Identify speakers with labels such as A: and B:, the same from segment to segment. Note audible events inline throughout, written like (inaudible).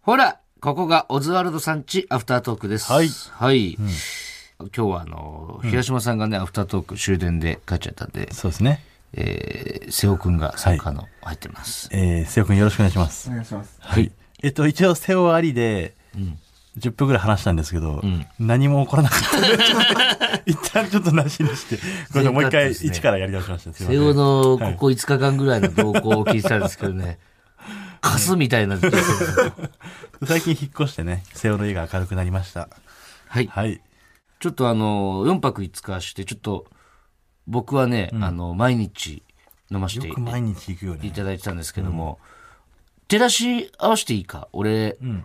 A: ほら、ここがオズワルドさんちアフタートークです。
B: はい
A: はい。今日はあの、平島さんがね、アフタートーク終電で帰っちゃったんで、
B: そうですね。
A: えー、瀬尾くんが参加の入ってます。
B: えー、瀬尾くんよろしくお願いします。
C: 願いします。
A: はい。
B: えっと、一応瀬尾ありで、10分ぐらい話したんですけど、何も起こら
A: (laughs)
B: なかったんで、ちょっと一旦ちょっとなしにして、ごめんなさいも
A: 全カ
B: う一
A: ット
B: 回、
A: ですね
B: 一からやり直しました。すいませ
A: 瀬
B: ん
A: 尾のここ5日間ぐらいの動向を聞いてたんですけどね、カスみたいな時期ですよ
B: 最近引っ越してね、瀬尾の家が明るくなりました。
A: はい。
B: はい。
A: ちょっとあの、4泊5日して、ちょっと、僕はね、あの、毎日飲ませて
B: よく毎日行くよ
A: い
B: ね。
A: ただいてたんですけども、照らし合わせていいか俺、
B: ん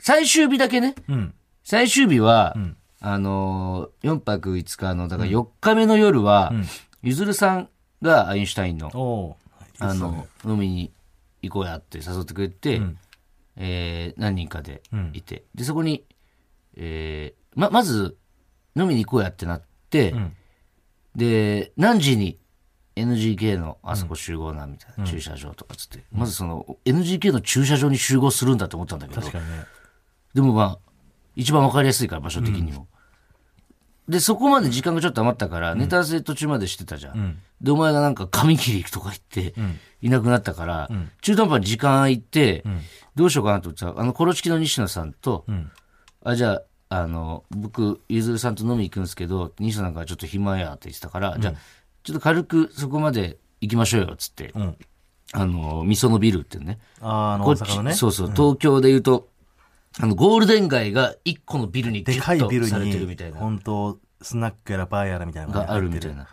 A: 最終日だけね、
B: うん。
A: 最終日は、あのー、4泊5日の、だから4日目の夜は、ゆずるさんがアインシュタインの、
B: おお。
A: あの、飲みに行こうやって誘ってくれて、えー何人かでいて、で、そこに、えーま、まず、飲みに行こうやってなって、
B: ん
A: で、何時に NGK のあそこ集合な、みたいな、駐車場とかつって、まずその、NGK の駐車場に集合するんだと思ったんだけど
B: 確、かにね。
A: でもまあ、一番わかりやすいから、場所的にも。で、そこまで時間がちょっと余ったから、ネタ合わせ途中までしてたじゃん。で、お前がなんか髪切り行くとか言って、いなくなったから、中途半端に時間空いて、どうしようかなと思ってたあの、コロチキの西野さんと、あ、じゃあ、あの、僕、ゆずるさんと飲み行くんですけど、西野さんがちょっと暇やって言ってたから、じゃあ、ちょっと軽くそこまで行きましょうよ、つって。
B: ん
A: あの、味噌のビルっていうね。
B: あーあの、
A: こ
B: 大
A: っち
B: 阪のね。
A: そうそう、東京で言うと、あの、ゴールデン街が一個のビルにギ
B: で
A: ュ
B: かいビ
A: ッと
B: ル
A: されてるみた
B: に、
A: いな、
B: 本当スナックやらバーやらみたいなのね
A: があるみたい。な。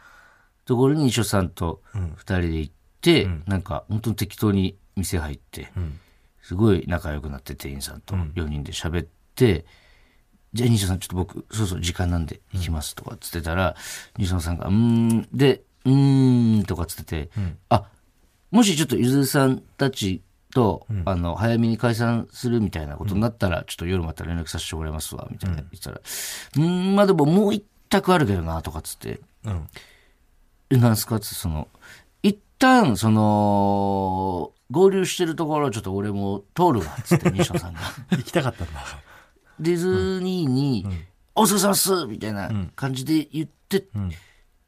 A: ところに、一緒さんと二人で行って、なんか、本当に適当に店入って、すごい仲良くなって、店員さんと4人で喋って、じゃあ、西野さん、ちょっと僕、そうそう、時間なんで行きますとかっつってたら、西野さんが、うーん、で、うーん、とかっつってて、あ、もしちょっとゆずるさんたちと、あの、早めに解散するみたいなことになったら、ちょっと夜また連絡させてもらいますわ、みたいな言ってたら、うーん、まあでももう一択あるけどな、とかっつって、
B: うん。
A: え、なんすかって、その、一旦、その、合流してるところをちょっと俺も通るわ、つって、西野さんが。
B: 行きたかっ
A: (laughs)
B: たんだ。
A: ディズニーに、お疲れ様っすみたいな感じで言って、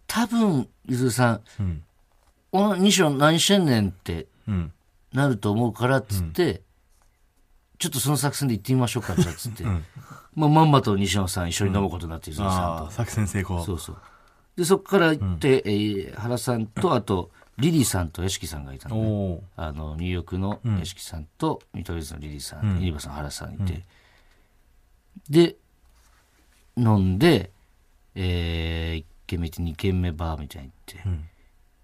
A: 多分、ゆずるさん、
B: ん
A: お西野何してんねんって
B: うん。
A: なると思うから、つって、ちょっとその作戦で行ってみましょうか、じゃあ、つって。まあ、まんまと西野さん一緒に飲むことになって、ゆずるさんと
B: ああ、作戦成功。
A: そうそう。で、そこから行って、えー原さんと、あと、リリーさんと屋敷さんがいたの
B: お
A: ね、
B: お
A: あの、ニューヨークの屋敷さんと、見取り図のリリーさん、ユニバさん、原さんいて、で、飲んで、え1軒目行って2軒目バーみたいに行って、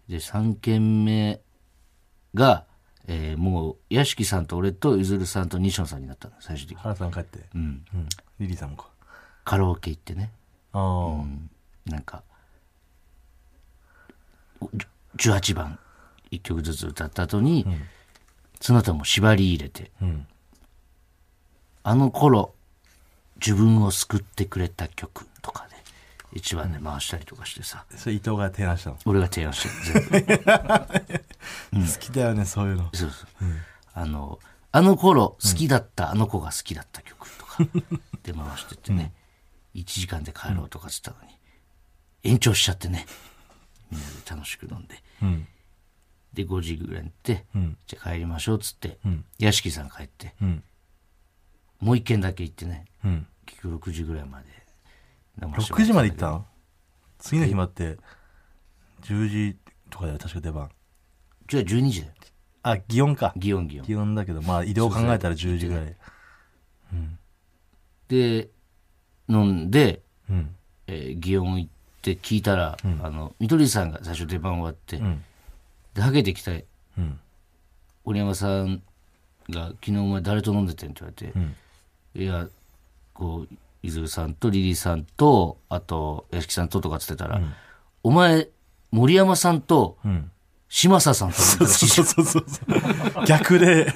A: で、3軒目が、えーもう、屋敷さんと俺とゆずるさんと西野さんになったの、最終的
B: ー。
A: に。
B: 原さん帰って。
A: うん。
B: うん。リリーさんもか。
A: カラオケ行ってね。
B: ああ。
A: なんか、じゅ18番、1曲ずつ歌った後に、その後も縛り入れて、
B: ん
A: あの頃、自分を救ってくれた曲とかで、一番で回したりとかしてさ、
B: それ伊藤が提案したの。
A: 俺が提案して、全部。
B: 好きだよね、そういうの。
A: そうそう。あの、あの頃好きだった、あの子が好きだった曲と
B: (laughs)
A: かで回してってね、1時間で帰ろうとかっつったのに、延長しちゃってね、みんなで楽しく飲んで、
B: うん。
A: で、5時ぐらいに行って、
B: うん。
A: じゃあ帰りましょうっつって、
B: うん
A: 屋敷さん帰って、
B: うん。
A: もう一軒だけ行ってね、
B: うん。
A: 結局6時ぐらいまで飲ませてもら
B: 6時まで行
A: っ
B: ったた
A: んだ
B: の次の日まって、10時とかだよ、確か出番。
A: けど。じゃあ12時だよ。
B: あ、祇園か。
A: 祇園祇園。
B: 祇園だけど、まあ移動考えたら10時ぐらい。
A: で、飲んで、
B: うん。
A: えー、祇園行って聞いたら、あの、みどりさんが最初出番終わって、
B: ん
A: で、ハゲてきた
B: うん。
A: 織山さんが「昨日お前誰と飲んでてん?」って言われて
B: うん。
A: 「いやこう伊豆さんとリリーさんとあと屋敷さんと」とかっつってたら「お前森山さんと
B: うん。
A: 嶋佐さんと飲んでたらしいじ
B: そう
A: ゃん
B: そうそうそう。逆で、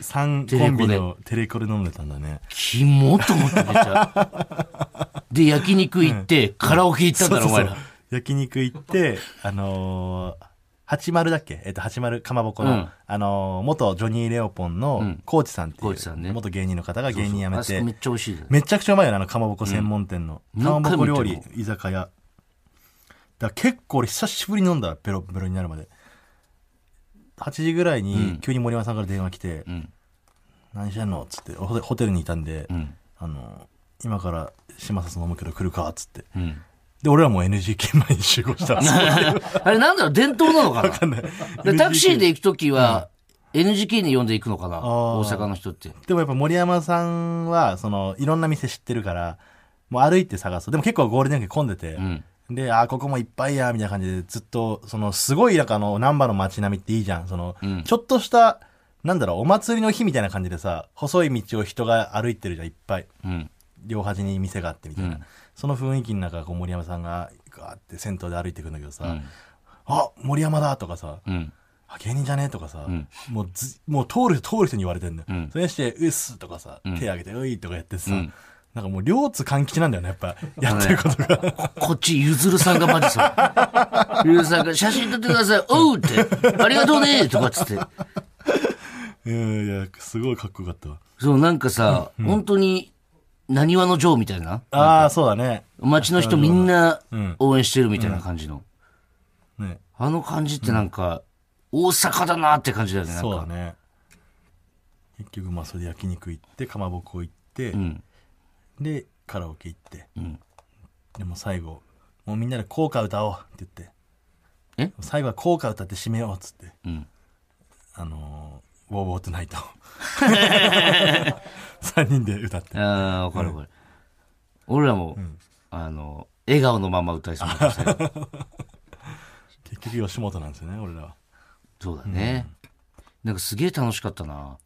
B: 3コンビ
A: テレ
B: のテレコで飲んでたんだね。
A: キモ」と思ってめっちゃ
B: (laughs)
A: で焼肉行ってカラオケ行ったんだろお前ら
B: 焼肉行って、あのー、八丸だっけえっと、八丸かまぼこの、
A: うん
B: あのー、元ジョニー・レオポン
A: う
B: の
A: ん、
B: コーチさんっていう、
A: コーチさんね
B: 元芸人の方が芸人辞め
A: あそ
B: て、
A: こめっちゃ美味しいです
B: めちゃくちゃうまいよね、あの、かまぼこ専門店の。
A: うん
B: かまぼこ料
A: 何回
B: 理
A: も行っ、
B: 居酒屋。だから結構俺久しぶりに飲んだ、ペロペロになるまで。8時ぐらいに、急に森山さんから電話来て、
A: うん
B: 何してんのっつって、ホテホテルにいたんで、
A: うん
B: あのー、今から島里飲むけど来るかっつって。
A: うん (laughs)
B: で、俺らもう NGK 前に集合したんですよ
A: あれなんだろう伝統なのかな
B: わかんない
A: (laughs) でタクシーで行くときは、NGK に呼んで行くのかな
B: ー
A: 大阪の人って。
B: でもやっぱ森山さんは、その、いろんな店知ってるから、もう歩いて探す。でも結構ゴールデンウィーク混んでて、
A: うん。
B: で、あーここもいっぱいや、みたいな感じで、ずっと、その、すごい、なんかあの、南波の街並みっていいじゃん。その、
A: うん
B: ちょっとした、なんだろう、お祭りの日みたいな感じでさ、細い道を人が歩いてるじゃん、いっぱい。
A: うん。
B: 両端に店があってみたい
A: う
B: な。
A: ん
B: その雰囲気の中、こう、森山さんが、ガーって銭湯で歩いてくんだけどさ、
A: うん
B: あ、森山だとかさ、
A: うん。
B: あ芸人じゃねとかさ、
A: ん
B: もうずもう通る通る人に言われてんのよ、
A: うん
B: それにして「うっす」とかさ、
A: ん
B: 手挙げて「うい」とかやってさ、
A: うん
B: なんかもう両津勘吉なんだよねや
A: (laughs)
B: っぱやってることが、
A: こっち、ゆずるさんがマジそう。ゆずるさんが、写真撮ってください、おうって、ありがとうねとかっつって。
B: うんいやすごいかっこよかったわ
A: そう、なんかさ、本当に、なにわの城みたいな。
B: ああーそうだね
A: 街の人みんな
B: うん
A: 応援してるみたいな感じの。
B: ね
A: あの感じってなんか、大阪だなって感じだよね、なん
B: そうだ
A: か。
B: ね結局まあそれで焼肉行ってかまぼこ行って、
A: うん。
B: でカラオケ行って
A: うん。
B: でも最後もうみんなで効果歌おうって言っ
A: え
B: て最後は効果歌って締めようっつって
A: うん。
B: あのー、ウォーウォー
A: (laughs)
B: トナイト。3人で歌って。
A: ああ、わかるわかる。俺らも、あの、笑顔のまま歌いそうになってたよ
B: 結局吉本なんですよね、俺らは。
A: そうだね。なんかすげえ楽しかったな。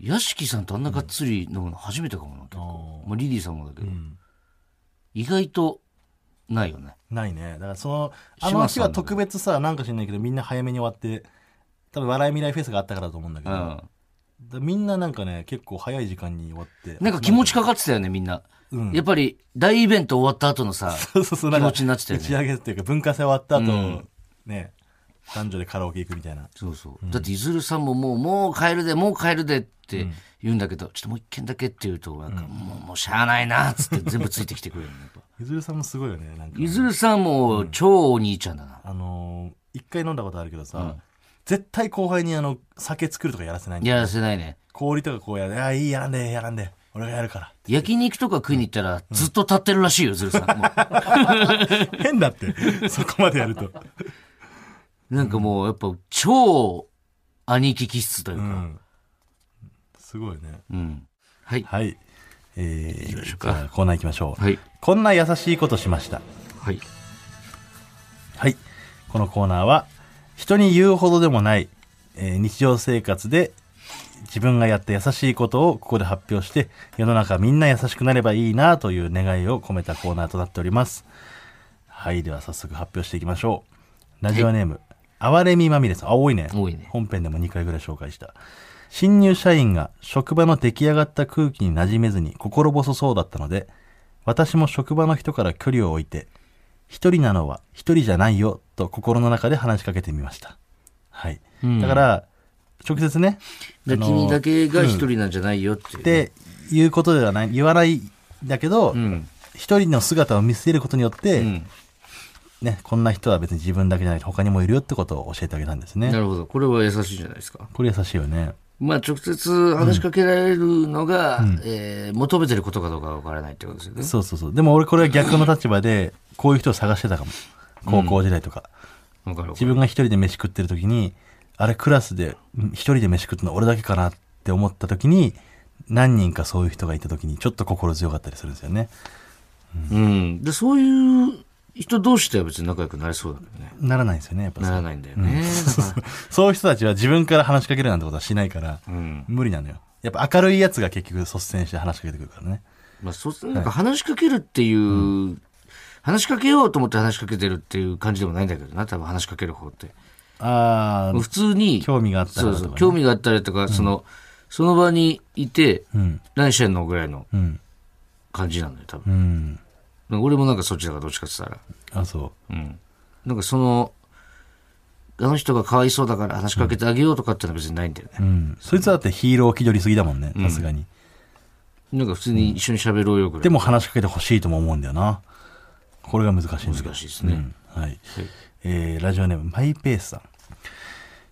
A: 屋敷さんとあんながっつり飲むの初めてかもな、結構。まあ、リリーさんもだけど、意外とないよね。
B: ないね。だからその、あ
A: 島
B: の
A: さん
B: 日は特別さ、なんか知んないけど、みんな早めに終わって、多分笑い未来フェスがあったからだと思うんだけ
A: う
B: ど、だか
A: ん。
B: らみんななんかね、結構早い時間に終わって。
A: なんか気持ちかかってたよね、みんな。
B: うん
A: やっぱり、大イベント終わった後のさ、
B: (laughs) そうそうそう、なん
A: 気
B: か
A: 持ちになってたよ
B: 打
A: ね
B: ち上げっていうか、文化祭終わった後、
A: うん
B: ね、男女でカラオケ行くみたいな。
A: そうそう。だって、いずるさんももう、もう帰るで、もう帰るでって言うんだけど、ちょっともう一軒だけって言うと、なんか、もう、もうしゃあないな、つって全部ついてきてくれるのやっ (laughs) ぱ
B: ゆずるさんもすごいよね、なんか。
A: ゆずるさんも超お兄ちゃんだな。
B: あのー一回飲んだことあるけどさ、絶対後輩にあの、酒作るとかやらせないんだよ
A: やらせないね。
B: 氷とかこうやる。ああ、いい、やらんで、やらんで。俺がやるから。 (laughs)
A: 焼肉とか食いに行ったらずっと立ってるらしいよ、ずるさんも
B: 変だって。 (laughs) そこまで
A: (laughs)
B: やると。
A: う。なんかもうやっぱ超兄貴気質という
B: う
A: か。
B: ん。すごいね。
A: うん。はい。
B: はい。えー、
A: きましょうか
B: じゃあコーナー行きましょう。
A: はい。
B: こんな優しいことしました。
A: はい。
B: はい。このコーナーは、人に言うほどでもない、えー日常生活で自分がやった優しいことをここで発表して、世の中みんな優しくなればいいなという願いを込めたコーナーとなっております。はい。では早速発表していきましょう。ラジオネーム、哀れみまみれさん。あ、多いね。
A: 多いね
B: 本編でも2回ぐらい紹介した。新入社員が職場の出来上がった空気に馴染めずに心細そうだったので、私も職場の人から距離を置いて、一人なのは一人じゃないよと心の中で話しかけてみました。はい。
A: ん
B: だから、直接ね、
A: で
B: あの
A: 君だけが一人なんじゃないよっていう。
B: っ、ていうことではない、言わないんだけど
A: う、ん。
B: 一、人の姿を見せることによって、
A: うん。
B: ね、こんな人は別に自分だけじゃない、他にもいるよってことを教えてあげたんですね
A: な。るほど。これは優しいじゃないですか。
B: これ優しいよね。
A: まあ直接話しかけられるのが、えー求めてることかどうかわからないってことですよね。
B: そうそうそう。でも俺これは逆の立場で、こういう人を探してたかも。高校時代とか。
A: わかるわか
B: 自
A: る。
B: 分が一人で飯食ってる時に、あれクラスでうん一人で飯食っての俺だけかなって思った時に、何人かそういう人がいた時にちょっと心強かったりするんですよね。
A: うん。で、そういう人同士では別に仲良くなりそうだけどね。
B: ならないんですよね、やっぱ
A: な
B: そう
A: らないんだよね。だから
B: (laughs) そういう人たちは自分から話しかけるなんてことはしないから、
A: うん。
B: 無理なのよ。やっぱ明るいやつが結局率先して話しかけてくるからね。
A: まあ、そう、なんか話しかけるっていう、話しかけようと思って話しかけてるっていう感じでもないんだけどな、多分話しかける方って。
B: あー
A: 普通に、
B: 興味があった
A: そ
B: ら
A: う
B: とか、
A: そ
B: ね。
A: う、興味があったりとか、その、その場にいて、
B: うん。
A: 何してんのぐらいの
B: うん。
A: 感じなんだよ、多分。
B: うん。
A: 俺もなんかそっちだから、どっちかって言ったら。
B: あ、そう。
A: うん。なんかその、あの人がかわいそうだから話しかけてあげようとかってのは別にないんだよね。
B: うん。そいつだってヒーロー気取りすぎだもんね、さすがに。
A: なんか普通に一緒に喋ろうよぐらい。
B: でも話しかけてほしいとも思うんだよな。これが難しいんだけど
A: 難しいですね
B: うんはい。えーラジオネーム、マイペースさん。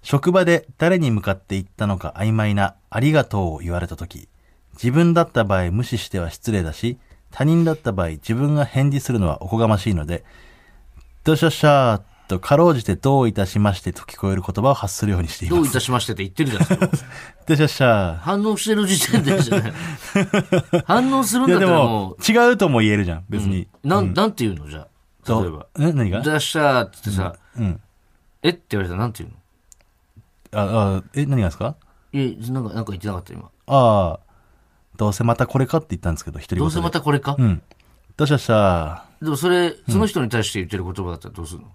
B: 職場で誰に向かって言ったのか曖昧なありがとうを言われたとき、自分だった場合無視しては失礼だし、他人だった場合自分が返事するのはおこがましいので、どうしよっしゃーとかろうじてどういたしましてと聞こえる言葉を発するようにしてい
A: ど
B: ま
A: う
B: す。
A: いたしましてって言ってるじゃない
B: (laughs)
A: ですか。
B: どうしよっしゃ
A: 反応してる時点でじゃない。反応するん
B: ー。い
A: だった
B: やで
A: らも
B: も、違うとも言えるじゃん、別
A: う、
B: に。
A: なん、なんて言うのじゃあ。
B: と
A: 例えば。
B: え何
A: 出
B: が
A: したーって言ってさ、
B: うん。
A: えって言われたらなんて言うの
B: あ、あ、え、何がですか
A: いや、なんか、なんか言ってなかった今。
B: ああ、どうせまたこれかって言ったんですけど、一人
A: どうせまたこれか、
B: うん。どうしました
A: でもそれ、その人に対して言ってる言葉だったらどうするの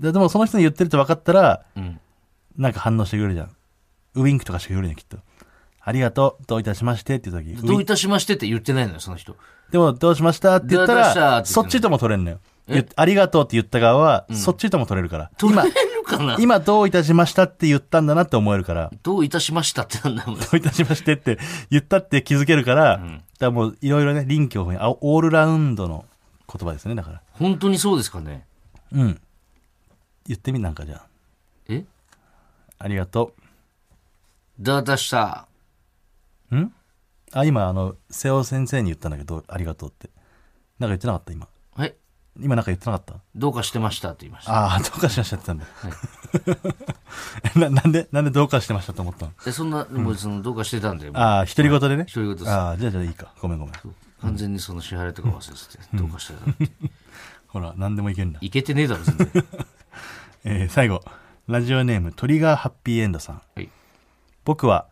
B: ででもその人に言ってると分かったら、
A: うん。
B: なんか反応してくれるじゃん。ウインクとかしてくれるね、きっと。ありがとう、どういたしましてっていう時。
A: どう
B: ウイン
A: いたしましてって言ってないのよ、その人。
B: でも、どうしましたって言った
A: どういたしました
B: ら、
A: って言って
B: そ
A: ね
B: っちとも取れるのよ。言っありがとうって言った側は、そっちとも取れるから。今、
A: 取れるかな
B: 今どういたしましたって言ったんだなって思えるから、
A: どういたしましたってなんだもん。
B: どういたしましてって言ったって気づけるから、だからもういろいろね、臨機応変、あオールラウンドの言葉ですね、だから。
A: 本当にそうですかね
B: うん。言ってみ、なんかじゃあ。
A: え
B: ありがと
A: だだした。
B: う。んあ、今、あの、瀬尾先生に言ったんだけど、ありがとうって。なんか言ってなかった今。
A: はい。
B: 今なんか言ってなかった
A: どうかしてましたって言いました。
B: ああ、どうかしましたって言 (laughs) ったんだ。ななんで、なんでどうかしてましたと思ったの
A: で、そんな、もうその、どうかしてたんで、もう
B: ああ、独り言でね。
A: 独り言です
B: ああ、じゃあじゃあいいか。ごめんごめん。
A: 完全にその支払いとか忘れてて、どうかしてたって。
B: ほら、なんでもいけるんだ。
A: いけてねえだろ、全
B: (laughs)
A: 然。
B: えー最後。ラジオネーム、トリガーハッピーエンドさん。
A: はい。
B: 僕は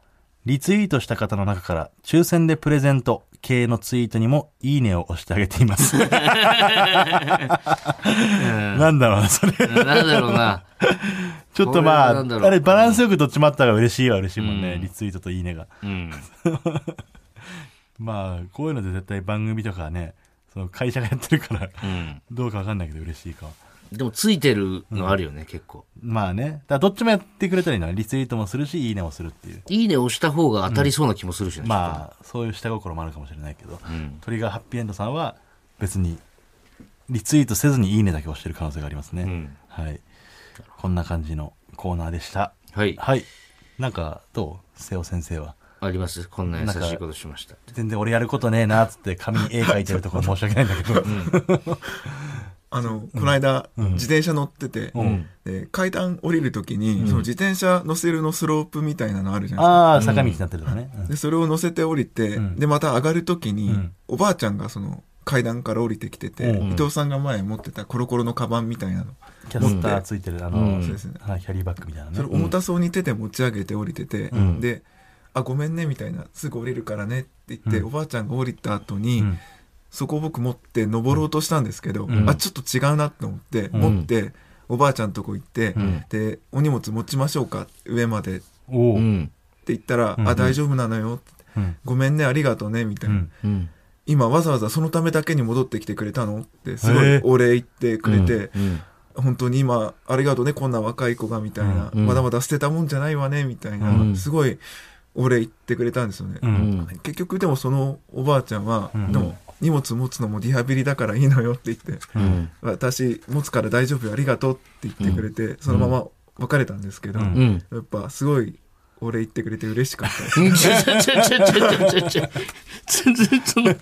B: リツイートした方の中から抽選でプレゼント系のツイートにもいいねを押してあげて
A: (laughs)
B: います。 (laughs) なんだろうな、それ。
A: うんなんだろうな。
B: ちょっ
A: こ
B: とま
A: れはな
B: あ、
A: んだろう
B: あれバランスよくどっちもあった方が嬉しいは嬉しいもんね、リツイートといいねが。
A: うん。
B: まあ、こういうので絶対番組とかね、その会社がやってるから、 (laughs)
A: うん。
B: どうかわかんないけど嬉しいか。
A: でも、ついてるのあるよね、結構。
B: まあね、だからどっちもやってくれたらいいのリツイートもするし、いいねもするっていう。
A: いいね押した方が当たりそうな気もするしね。
B: まあ、そういう下心もあるかもしれないけど、
A: ん
B: トリガーハッピーエンドさんは別にリツイートせずにいいねだけ押してる可能性がありますね。
A: ん
B: はい。こんな感じのコーナーでした。
A: はい。
B: はい。なんか、どう瀬尾先生は。
A: ありますこんな優しいことしましたって。
B: 全然俺やることねえなっつって紙に絵描いてるとこ申し訳ないんだけ
A: (laughs)
B: ど。
C: あの、この間、自転車乗ってて、で階段降りるときに、その自転車乗せるのスロープみたいなのあるじゃない
B: ああ、坂道になってるとかね。うん
C: ですか。で、それを乗せて降りて、
B: ん
C: で、また上がるときに、
B: ん
C: おばあちゃんがその階段から降りてきてて、
B: うん
C: 伊藤さんが前持ってたコロコロのカバンみたいなの。
B: キャスターついてる、あの、
A: うん
C: そうですね
B: はいキャリーバッグみたいなね
C: それ。重たそうに手で持ち上げて降りてて、
B: ん
C: で、あ、ごめんね、みたいな、すぐ降りるからねって言って、
B: うん
C: おばあちゃんが降りた後に、
B: うん
C: そこを僕持って登ろうとしたんですけど、
B: うん
C: あ、ちょっと違うなって思って、
B: ん
C: 持って、おばあちゃんとこ行って、
B: ん
C: で、お荷物持ちましょうか、上までって
B: おお、
A: うん。
C: 言ったら、
B: うん
C: あ、大丈夫なのよって、
B: うん
C: ごめんね、ありがとうね、みた
B: う
C: いな。
B: ん
A: うん。
C: 今わざわざそのためだけに戻ってきてくれたのって、すご
B: へ
C: い
B: ー
C: お礼言ってくれて、
A: うん。
C: 本当に今ありがとうねこんな若い子がみたいな、
A: うん
C: まだまだ捨てたもんじゃないわねみたいな、
A: うん
C: すごいお礼言ってくれたんですよね、
B: うん
A: うん
C: 結局でもそのおばあちゃんは、
B: うん
C: でも荷物持つのもリハビリだからいいのよって言って
A: うん。
C: 私持つから大丈夫よありがとうって言ってくれて、そのまま別れたんですけど、
B: うん
A: うん。 (laughs)
C: やっぱすごいお礼言ってくれて嬉しかったです
A: ちょちょちょちょちょちょ全然その、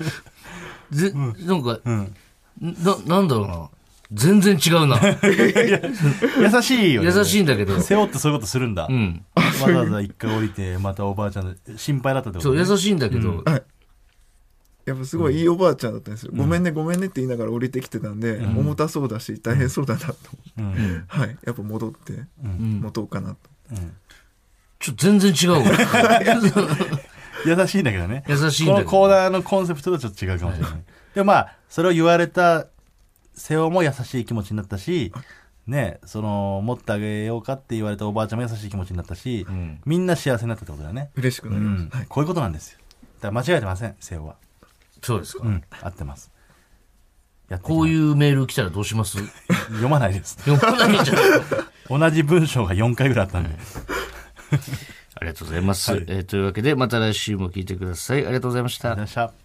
A: ぜ、なんか、
B: うん
A: な、なんだろうな。全然違うな。
B: 優しいよね。
A: 優しいんだけど。
B: 背負ってそういうことするんだ。
A: うん。
B: わざわざ一回降りて、またおばあちゃんの心配だったってこと
A: そう、
B: ね、
A: 優しいんだけど。
B: (laughs)
C: やっぱすごいいいおばあちゃんだったんですよ、ごめんねごめんねって言いながら降りてきてたんで、重たそうだし大変そうだなと思って、
B: うん
C: はいやっぱ戻って持とうかなと。
A: ちょ、全然違うわ。
B: 優しいんだけどね。
A: 優しいん
B: こ
A: だ
B: の
A: け
B: コー
A: ど。
B: ナーのコンセプトとちょっと違うかもしれない。でもまあ、それを言われた瀬尾も優しい気持ちになったし、ね、その、持ってあげようかって言われたおばあちゃんも優しい気持ちになったし、
A: ん
B: みんな幸せになったってことだよね。
C: 嬉しく
B: う
C: なりまし
B: ん
C: た、はい、
B: こういうことなんですよ。だから間違えてません、瀬尾は。
A: (laughs) そうですか
B: う。ん、合ってます。やっていきます
A: こういうメール来たらどうします (laughs)
B: 読まないです。
A: 読まないんじゃない
B: 同じ文章が4回ぐらいあったんで。
A: ありがとうございます。えーというわけで、また来週も聞いてください。ありがとうございました
B: いら。っしゃい。